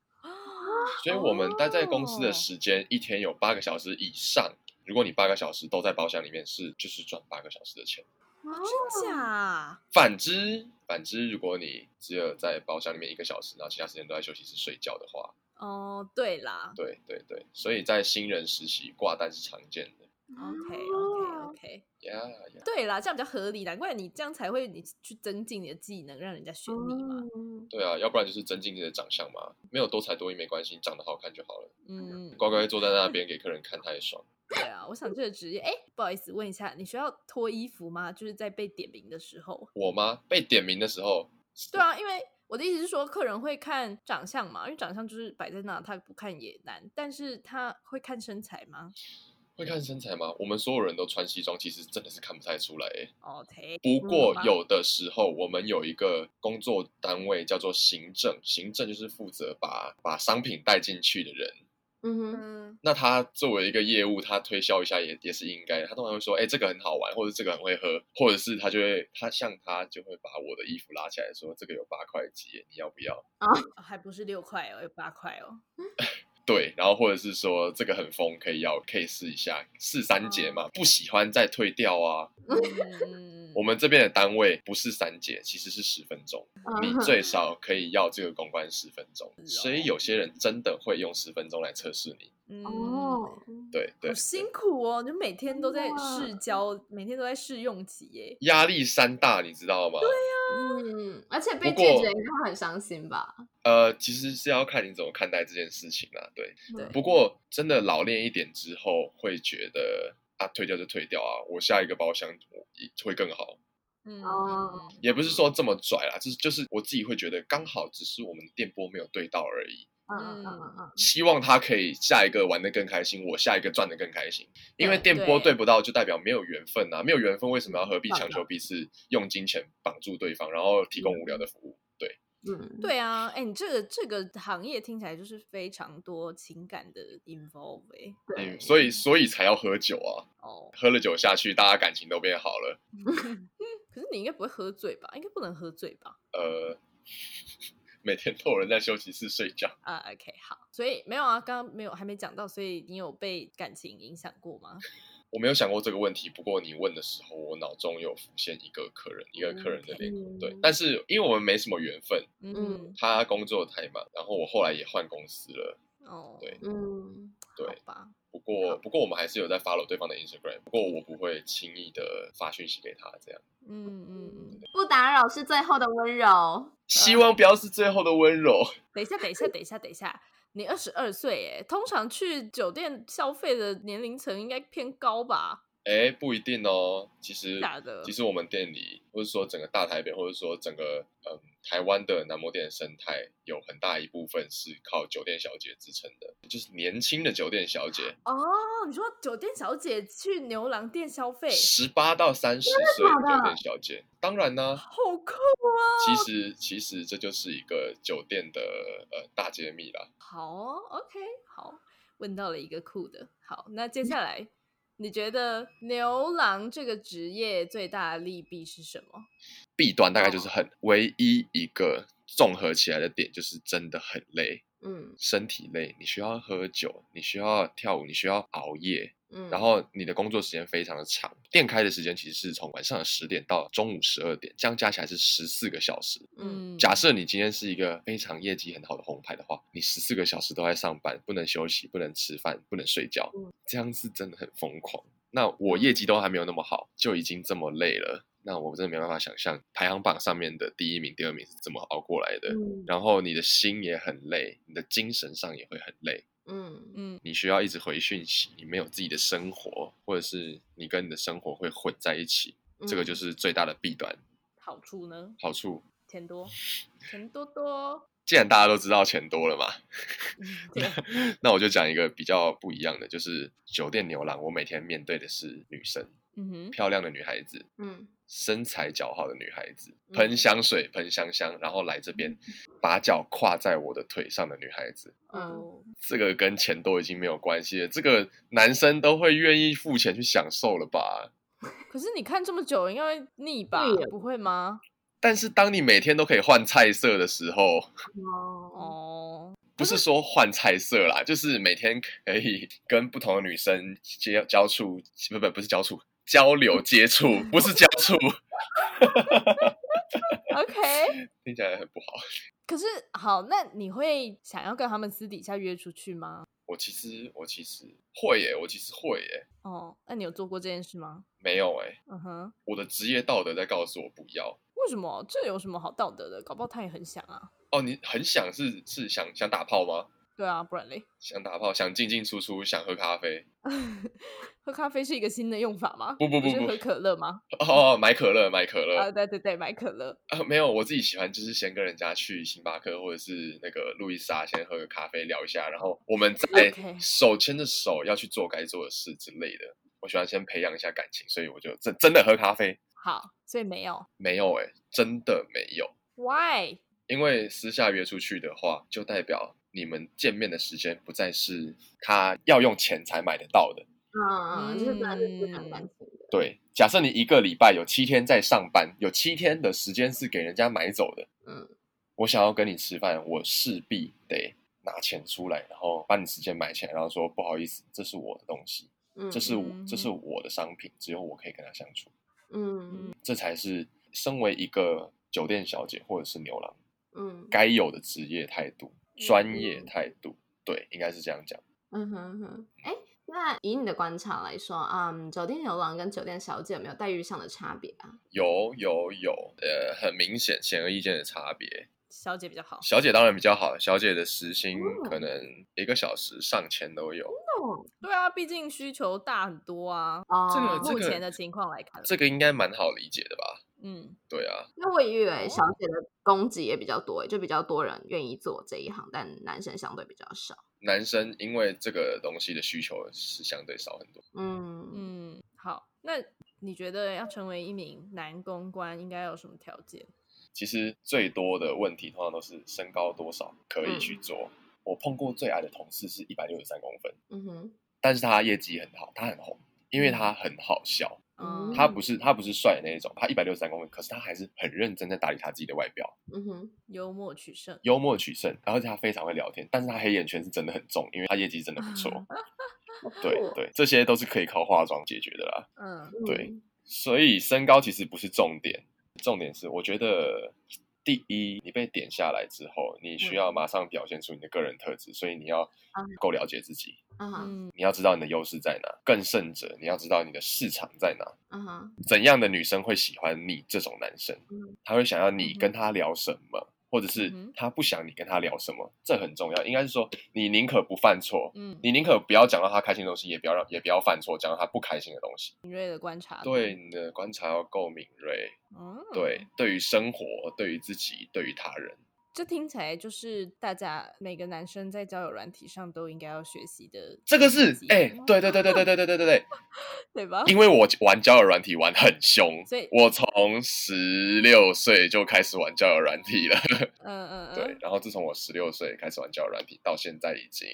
S1: 所以我们待在公司的时间一天有八个小时以上。如果你八个小时都在包厢里面，是就是赚八个小时的钱。
S3: 真假？
S1: 反之，反之，如果你只有在包厢里面一个小时，然后其他时间都在休息室睡觉的话，
S3: 哦，对啦
S1: 对对对，所以在新人实习挂单是常见的。
S3: ，OK OK OK，
S1: 呀呀，
S3: 对啦，这样比较合理，难怪你这样才会你去增进你的技能，让人家选你嘛。
S4: 嗯
S1: 对啊，要不然就是增进你的长相嘛，没有多才多艺没关系，你长得好看就好了。
S3: 嗯，
S1: 乖乖坐在那边给客人看，他也爽。
S3: 对啊，我想这个职业，哎，不好意思，问一下，你需要脱衣服吗？就是在被点名的时候。
S1: 我吗？被点名的时候，
S3: 对啊，因为我的意思是说，客人会看长相嘛，因为长相就是摆在那，他不看也难，但是他会看身材吗
S1: 会看身材吗？我们所有人都穿西装，其实真的是看不太出来诶。
S3: 哦？OK，
S1: 不过
S3: 嗯
S1: 有的时候，我们有一个工作单位叫做行政，行政就是负责把把商品带进去的人。
S4: 嗯哼
S3: 嗯，
S1: 那他作为一个业务，他推销一下也也是应该的。他通常会说：“哎、这个很好玩，或者这个很会喝，或者是他就会他像他就会把我的衣服拉起来说：‘这个有八块几耶，你要不要？’
S3: 哦还不是六块哦，有八块哦。
S1: 对，然后或者是说这个很疯，可以要可以试一下，试三
S4: 嗯
S1: 节嘛，不喜欢再退掉啊。
S3: 嗯
S1: 我们这边的单位不是三节，其实是十分钟，你
S4: 嗯
S1: 最少可以要这个公关十分钟，所以有些人真的会用十分钟来测试你。
S3: 嗯
S4: 哦，
S1: 对对
S3: 好，辛苦哦，你每天都在
S4: 真的
S3: 试教，每天都在试用期耶。
S1: 压力山大，你知道
S4: 啊
S1: 吗？
S4: 嗯，而且被
S1: 不
S4: 拒
S1: 过
S4: 绝应该会很伤心吧？
S1: 呃，其实是要看你怎么看待这件事情啦。对，
S3: 对
S1: 不过真的老练一点之后，会觉得啊，退掉就退掉啊，我下一个包厢我会更好。
S3: 嗯，
S4: 哦
S1: 也不是说这么拽啦，就是就是我自己会觉得刚好只是我们的电波没有对到而已。
S4: 嗯嗯嗯嗯，
S1: 希望他可以下一个玩的更开心，我下一个赚的更开心。因为
S3: 对
S1: 电波
S3: 对
S1: 对不到，就代表没有缘分啊！没有缘分，为什么要何必
S4: 棒
S1: 强求彼此用金钱绑住对方，然后提供无聊的服务？对，
S4: 嗯，
S3: 对啊，哎、你这个这个行业听起来就是非常多情感的 involve 哎、
S4: 对
S1: 嗯，所以所以才要喝酒啊！
S3: 哦，
S1: 喝了酒下去，大家感情都变好了。
S3: 可是你应该不会喝醉吧？应该不能喝醉吧？
S1: 呃， 每天都有人在休息室睡觉。
S3: 啊、o k 好，所以没有啊，刚刚没有还没讲到，所以你有被感情影响过吗？
S1: 我没有想过这个问题，不过你问的时候，我脑中有浮现一个客人，一个客人的脸。
S4: 嗯
S1: 对，但是因为我们没什么缘分，
S3: 嗯，
S1: 他工作太忙，然后我后来也换公司了。
S3: 哦，
S1: 对
S4: 嗯
S1: 对，
S3: 好吧，
S1: 不过不过我们还是有在 follow 对方的 Instagram，不过我不会轻易的发讯息给他，这样
S3: 嗯嗯嗯，
S4: 不打扰是最后的温柔。
S1: 希望不要是最后的温柔。
S3: 等一下，等一下，等一下，等一下。你二十二岁哎，通常去酒店消费的年龄层应该偏高吧？
S1: 哎，不一定哦，其实
S3: 假的
S1: 其实我们店里，或者说整个大台北，或者说整个嗯台湾的男模店的生态，有很大一部分是靠酒店小姐支撑的，就是年轻的酒店小姐，
S3: 哦，你说酒店小姐去牛郎店消费，
S1: 十八到三十岁的酒店小姐。当然呢、
S3: 好酷啊！
S1: 其实其实这就是一个酒店的呃大揭秘啦。
S3: 好哦，OK，好，问到了一个酷的。好，那接下来你觉得牛郎这个职业最大的利弊是什么？
S1: 弊端大概就是很唯一一个综合起来的点，就是真的很累，
S4: 嗯
S1: 身体累，你需要喝酒，你需要跳舞，你需要熬夜，
S4: 嗯，
S1: 然后你的工作时间非常的长。店开的时间其实是从晚上的十点到中午十二点，这样加起来是十四个小时。
S4: 嗯
S1: 假设你今天是一个非常业绩很好的红牌的话，你十四个小时都在上班，不能休息，不能吃饭，不能睡觉
S4: 嗯，
S1: 这样是真的很疯狂。那我业绩都还没有那么好，就已经这么累了，那我真的没办法想象排行榜上面的第一名、第二名是怎么熬过来的。
S4: 嗯
S1: 然后你的心也很累，你的精神上也会很累，
S4: 嗯
S3: 嗯
S1: 你需要一直回讯息，你没有自己的生活，或者是你跟你的生活会混在一起，
S3: 嗯
S1: 这
S4: 嗯
S1: 个就是最大的弊端。
S3: 好处呢？
S1: 好处，
S3: 钱多，钱多多。
S1: 既然大家都知道钱多了嘛，
S3: 嗯对，
S1: 那我就讲一个比较不一样的，就是酒店牛郎，我每天面对的是女生，
S3: 嗯哼，
S1: 漂亮的女孩子，
S4: 嗯
S1: 身材姣好的女孩子，
S4: 嗯
S1: 喷香水，喷香香，然后来这边
S3: 嗯
S1: 把脚跨在我的腿上的女孩子。
S3: 哦，
S1: 这个跟钱都已经没有关系了，这个男生都会愿意付钱去享受了吧？
S3: 可是你看这么久，应该会腻吧
S4: 对耶？
S3: 不会吗？
S1: 但是当你每天都可以换菜色的时候，嗯
S4: 哦
S3: 嗯哦，
S1: 不是说换菜色啦，就是每天可以跟不同的女生接交触，不不不是交触，交流接触，不是交触，
S3: OK，
S1: 听起来很不好。
S3: 可是好，那你会想要跟他们私底下约出去吗？
S1: 我其实我其实会耶，我其实会耶，
S3: 哦，那你有做过这件事吗？
S1: 没有哎，
S3: 嗯哼，
S1: 我的职业道德在告诉我不要。
S3: 为什么？这有什么好道德的？搞不好他也很想啊。
S1: 哦，你很想是是想想打炮吗？
S3: 对啊，不然嘞，
S1: 想打炮，想进进出出，想喝咖啡。
S3: 喝咖啡是一个新的用法吗？
S1: 不不不
S3: 是
S1: 不
S3: 喝可乐吗？
S1: 哦，买可乐，买可乐。
S3: 啊，对对对，买可乐。
S1: 啊，没有，我自己喜欢就是先跟人家去星巴克或者是那个路易莎先喝个咖啡聊一下，然后我们再
S3: OK
S1: 手牵着手要去做该做的事之类的。我喜欢先培养一下感情，所以我就真真的喝咖啡
S3: 好，所以没有。
S1: 没有哎、真的没有，
S3: Why？
S1: 因为私下约出去的话，就代表你们见面的时间不再是他要用钱才买得到的。
S4: 嗯，就是真的是资产感
S3: 嗯
S4: 情的，
S1: 对，假设你一个礼拜有七天在上班，有七天的时间是给人家买走的，
S4: 嗯
S1: 我想要跟你吃饭，我势必得拿钱出来，然后把你时间买起来，然后说不好意思，这是我的东西，
S4: 嗯，
S1: 这是我
S3: 嗯
S1: 这是我的商品，只有我可以跟他相处，
S4: 嗯
S1: 这才是身为一个酒店小姐或者是牛郎
S4: 嗯
S1: 该有的职业态度、专业态度。对，应该是这样讲。
S4: 嗯哼哼，哎。那以你的观察来说，嗯，酒店牛郎跟酒店小姐有没有待遇上的差别啊？
S1: 有有有，呃，很明显、显而易见的差别。
S3: 小姐比较好。
S1: 小姐当然比较好，小姐的时薪
S4: 哦
S1: 可能一个小时上千都有。
S3: 对啊，毕竟需求大很多啊。
S4: 哦，
S1: 这个这
S3: 目
S1: 个
S3: 前的情况来看，
S1: 这个应该蛮好理解的吧？
S3: 嗯，
S1: 对啊，
S4: 因为我以
S3: 哦
S4: 为小姐的供给也比较多，就比较多人愿意做这一行，但男生相对比较少。
S1: 男生因为这个东西的需求是相对少很多。
S4: 嗯，
S3: 嗯，好，那你觉得要成为一名男公关应该有什么条件？
S1: 其实最多的问题通常都是身高多少可以去做。我碰过最矮的同事是一百六十三公分，
S4: 嗯哼，
S1: 但是他业绩很好，他很红，因为他很好笑。
S3: 嗯，
S1: 他不是他不是帅的那一种，他一百六十三公分，可是他还是很认真在打理他自己的外表，
S4: 嗯哼，
S3: 幽默取胜，
S1: 幽默取胜，然后他非常会聊天，但是他黑眼圈是真的很重，因为他业绩真的不错。对
S2: 哦
S3: 哦
S1: 对，这些都是可以靠化妆解决的啦。
S3: 嗯
S1: 对，所以身高其实不是重点，重点是我觉得第一，你被点下来之后，你需要马上表现出你的个人特质，所以你要够了解自己，
S4: 嗯哼，
S3: 嗯
S1: 你要知道你的优势在哪，更甚者，你要知道你的市场在哪。
S4: 嗯哼，
S1: 怎样的女生会喜欢你这种男生
S4: 嗯？
S1: 她会想要你
S3: 嗯哼
S1: 跟她聊什么，或者是
S3: 嗯哼
S1: 她不想你跟她聊什么，这很重要。应该是说，你宁可不犯错，
S3: 嗯，
S1: 你宁可不要讲到她开心的东西，也不要让也不要犯错，讲到她不开心的东西。
S3: 敏锐的观察，
S1: 对，你的观察要够敏锐，
S3: 嗯，
S1: 对，，对于生活、对于自己、对于他人，
S3: 这听起来就是大家每个男生在交友软体上都应该要学习的，
S1: 这个是哎、
S3: 哦
S1: 对对对对对对对对对对，
S3: 对吧？
S1: 因为我玩交友软体玩很凶
S3: 所以，
S1: 我从十六岁就开始玩交友软体了。
S3: 嗯嗯
S1: 对
S3: 嗯，，
S1: 然后自从我十六岁开始玩交友软体，到现在已经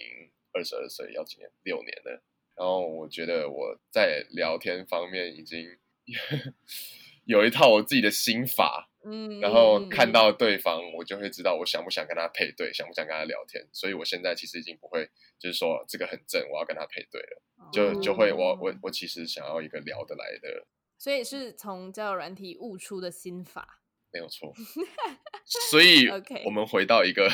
S1: 二十二岁，要今年六年了。然后我觉得我在聊天方面已经 有一套我自己的心法，
S3: 嗯，
S1: 然后看到对方，我就会知道我想不想跟他配对，想不想跟他聊天。所以我现在其实已经不会就是说这个很正，我要跟他配对了，
S3: 嗯
S1: 就就会我我
S3: 哦
S1: 我其实想要一个聊得来的，
S3: 所以是从交友软体悟出的心法。
S1: 没有错。 所以
S3: OK
S1: 我们回到一个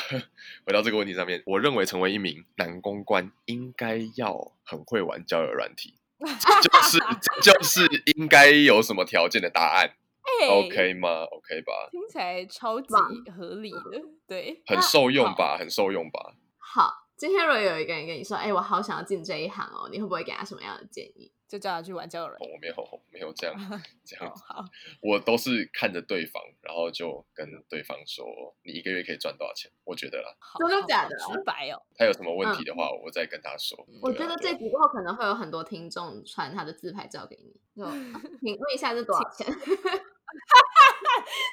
S1: 回到这个问题上面，我认为成为一名男公关应该要很会玩交友软 体，这就是这就是应该有什么条件的答案
S3: 哎
S1: ，OK 吗？OK 吧，
S3: 听起来超级
S4: 棒
S3: 合理的，对，
S1: 很受用吧，很受用吧。
S4: 嗯好。今天如果有一个人跟你说：“哎、我好想要进这一行哦”，你会不会给他什么样的建议？
S3: 就叫他去玩交友软
S1: 哦
S3: 体。
S1: 我没有没有这 样这
S3: 好
S1: 样子，
S3: 好，
S1: 我都是看着对方，然后就跟对方说你一个月可以赚多少钱，我觉得啦。
S3: 好
S4: 真的
S3: 好
S4: 假
S3: 好
S4: 的
S3: 直白哦，
S1: 他有什么问题的话，我再跟他说。
S4: 嗯我
S1: 对
S4: 觉
S1: 啊
S4: 得
S1: 对
S4: 这
S1: 啊
S4: 集过后可能会有很多听众传他的自拍照给你， 就、啊请问一下这多少钱？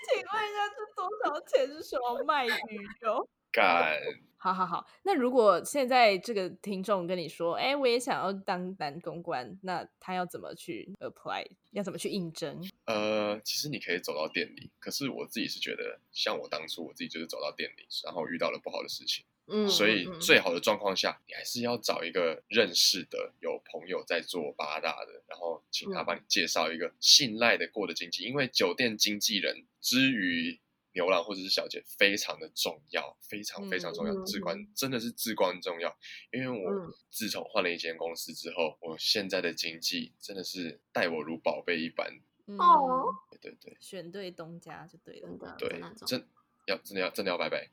S3: 请问一下，这多少钱是什么卖鱼哦？
S1: 干
S3: 好好好，那如果现在这个听众跟你说，哎，我也想要当男公关，那他要怎么去 apply？要怎么去应征？
S1: 呃，其实你可以走到店里，可是我自己是觉得，像我当初我自己就是走到店里，然后遇到了不好的事情，
S4: 嗯，
S1: 所以
S4: 嗯嗯
S1: 最好的状况下，你还是要找一个认识的、有朋友在做八大的，然后请
S4: 嗯
S1: 他帮你介绍一个信赖的过的经纪，因为酒店经纪人之于牛郎或者是小姐非常的重要，非常非常重要，
S4: 嗯
S1: 至关真的是至关重要。因为我
S4: 嗯
S1: 自从换了一间公司之后，我现在的经纪真的是待我如宝贝一般。
S3: 嗯
S4: 哦，
S1: 对对对。
S3: 选对东家就对了。
S4: 真的
S1: 对
S4: 真的，重
S1: 真要真的要真的要拜拜。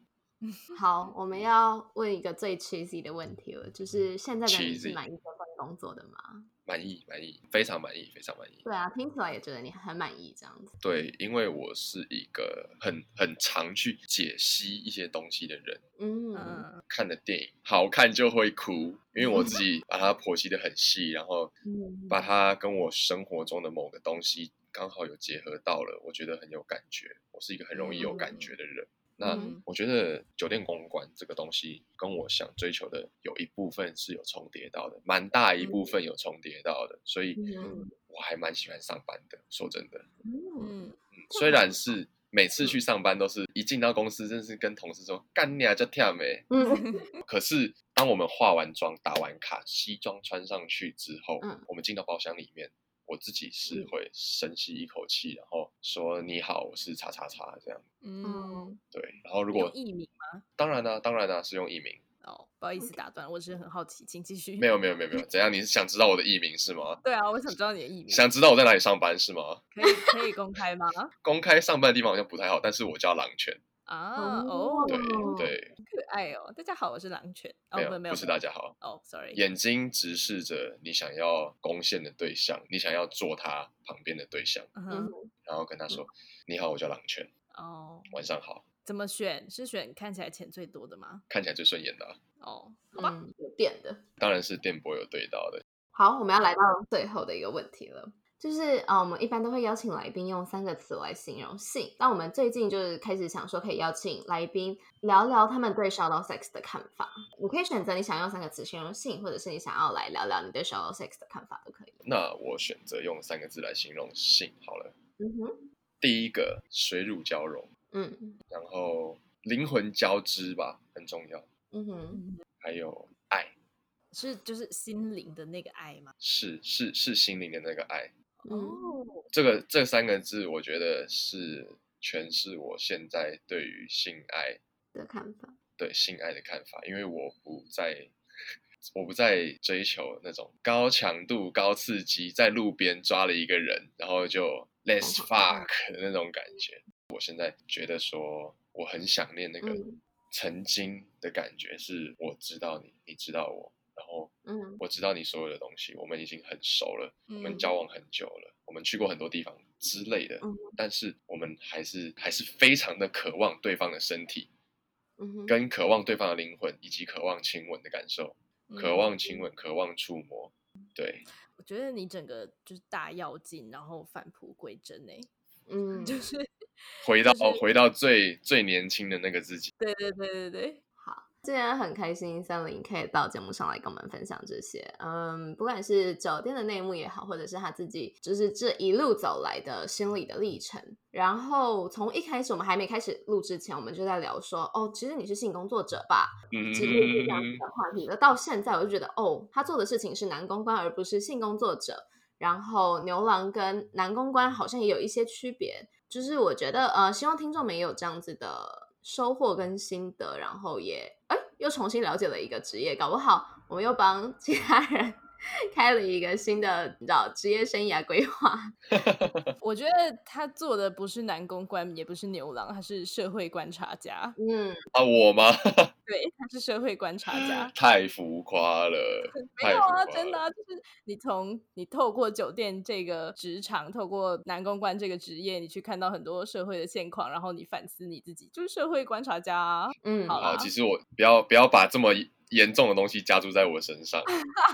S4: 好，我们要问一个最 cheesy 的问题了，就是现在的你是
S1: Cheesy
S4: 满意这份工作的吗？
S1: 满意，满意，非常满意，非常满意。
S4: 对啊，听起来也觉得你很满意这样子。
S1: 对，因为我是一个很很常去解析一些东西的人，
S4: 嗯
S3: 嗯，
S1: 看的电影好看就会哭，因为我自己把它剖析的很细，然后
S4: 嗯
S1: 把它跟我生活中的某个东西刚好有结合到了，我觉得很有感觉。我是一个很容易有
S4: 嗯
S1: 感觉的人。那
S3: 嗯
S1: 我觉得酒店公关这个东西跟我想追求的有一部分是有重叠到的，蛮大一部分有重叠到的，所以
S4: 嗯
S1: 我还蛮喜欢上班的。说真的，
S4: 嗯，
S3: 嗯，
S1: 嗯虽然是每次去上班都是一进到公司，真是跟同事说干你啊，就跳没。
S4: 嗯
S1: 可是当我们化完妆、打完卡、西装穿上去之后，
S4: 嗯
S1: 我们进到包厢里面，我自己是
S4: 嗯
S1: 会深吸一口气，然后说你好，我是叉叉叉这样。
S4: 哦
S3: 嗯，
S1: 对，然后如
S3: 用
S1: 果
S3: 艺名
S1: 当然呢、当然呢、是用艺名，
S3: 哦，不好意思打断，我只是很好奇，请继续。
S1: 没有没有没有没有，怎样？你是想知道我的艺名是吗？
S3: 对啊，我想知道你的艺名，
S1: 想知道我在哪里上班是吗？
S3: 可以可以公开吗？
S1: 公开上班的地方好像不太好，但是我叫狼犬，
S3: 啊，哦，
S1: 对
S4: 哦
S1: 对，
S3: 可爱哦！大家好，我是狼犬。哦，
S1: 没有
S3: 不，没有，
S1: 不是大家好，
S3: 哦，sorry。
S1: 眼睛直视着你想要攻陷的对象，你想要做他旁边的对象，
S3: 嗯
S4: 嗯
S3: 哼，，
S1: 然后跟他说：“你好，我叫狼犬，
S3: 哦，
S1: 晚上好。
S3: 怎么选？是选看起来钱最多的吗”？
S1: 看起来最顺眼的啊、
S3: 哦，好吧，
S4: 嗯，有电的。
S1: 当然是电波有对到的。
S4: 好，我们要来到最后的一个问题了，就是呃，我们一般都会邀请来宾用三个词来形容性，但我们最近就是开始想说，可以邀请来宾聊聊他们对 shadow sex 的看法。你可以选择你想用三个词形容性，或者是你想要来聊聊你对 shadow sex 的看法都可以。
S1: 那我选择用三个字来形容性好了。
S4: 嗯哼，
S1: 第一个水乳交融，
S4: 嗯
S1: 然后灵魂交织吧，很重要。
S4: 嗯哼，
S1: 还有爱，
S3: 是就是心灵的那个爱吗？
S1: 是是是心灵的那个爱。
S4: 嗯
S3: 哦，
S1: 这个这三个字，我觉得是诠释我现在对于性爱
S4: 的看法。
S1: 对性爱的看法，因为我不再我不再追求那种高强度、高刺激，在路边抓了一个人，然后就 let's
S4: 嗯
S1: fuck 的那种感觉。我现在觉得说，我很想念那个
S4: 嗯
S1: 曾经的感觉，是我知道你，你知道我，然后
S4: 嗯
S1: 我知道你所有的东西，我们已经很熟了，我们
S3: 嗯
S1: 交往很久了，我们去过很多地方之类的
S4: 嗯，
S1: 但是我们还是还是非常的渴望对方的身体，
S4: 嗯哼，
S1: 跟渴望对方的灵魂，以及渴望亲吻的感受，渴
S3: 嗯
S1: 望亲吻，渴望触摸。对，
S3: 我觉得你整个就是大跃进，然后返璞归真欸诶，
S4: 嗯，
S3: 就是
S1: 回到、
S3: 就是
S1: 回到最最年轻的那个自己。
S3: 对对对对对，
S4: 好，今天很开心三零可以到节目上来跟我们分享这些，嗯，不管是酒店的内幕也好，或者是他自己就是这一路走来的心理的历程。然后从一开始我们还没开始录之前，我们就在聊说，哦，其实你是性工作者吧？
S1: 嗯
S4: 之类的这样子的话题。那到现在，我就觉得哦，他做的事情是男公关，而不是性工作者。然后牛郎跟男公关好像也有一些区别，就是我觉得呃，希望听众们也有这样子的收获跟心得，然后也哎又重新了解了一个职业，搞不好我们又帮其他人 开了一个新的你知道职业生涯规划。
S3: 我觉得他做的不是男公关，也不是牛郎，他是社会观察家。
S4: 嗯，
S1: 啊，我吗？。
S3: 对，他是社会观察家
S1: 太浮夸了，
S3: 没
S1: 太
S3: 有
S1: 浮夸
S3: 啊，
S1: 了。
S3: 真的、啊，就是你从你透过酒店这个职场，透过男公关这个职业，你去看到很多社会的现况，然后你反思你自己，就是社会观察家、啊。
S4: 嗯，
S3: 好
S1: 好，
S3: 啦
S1: 呃其实我不要不要把这么严重的东西加注在我身上。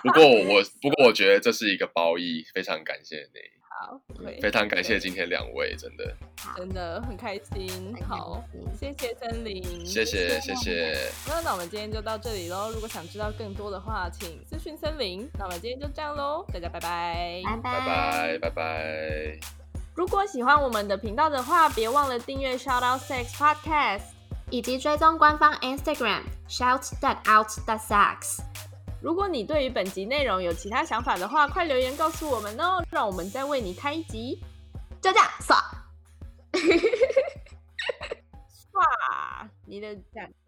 S1: 不过我不过我觉得这是一个褒义，非常感谢你，
S3: 好，对，
S1: 嗯非常感谢今天两位，真的
S3: 真的很开心。好，谢谢森林，
S1: 谢谢谢。谢，
S3: 那那我们今天就到这里喽。如果想知道更多的话，请私讯森林。那我们今天就这样喽，大家拜拜。
S4: 拜
S1: 拜拜拜拜。
S3: 如果喜欢我们的频道的话，别忘了订阅 Shout Out Sex Podcast。
S2: 以及追踪官方 Instagram shout that out that sucks。
S3: 如果你对于本集内容有其他想法的话，快留言告诉我们哦，让我们再为你开一集。
S2: 就这样，爽。
S3: 哇，你的赞。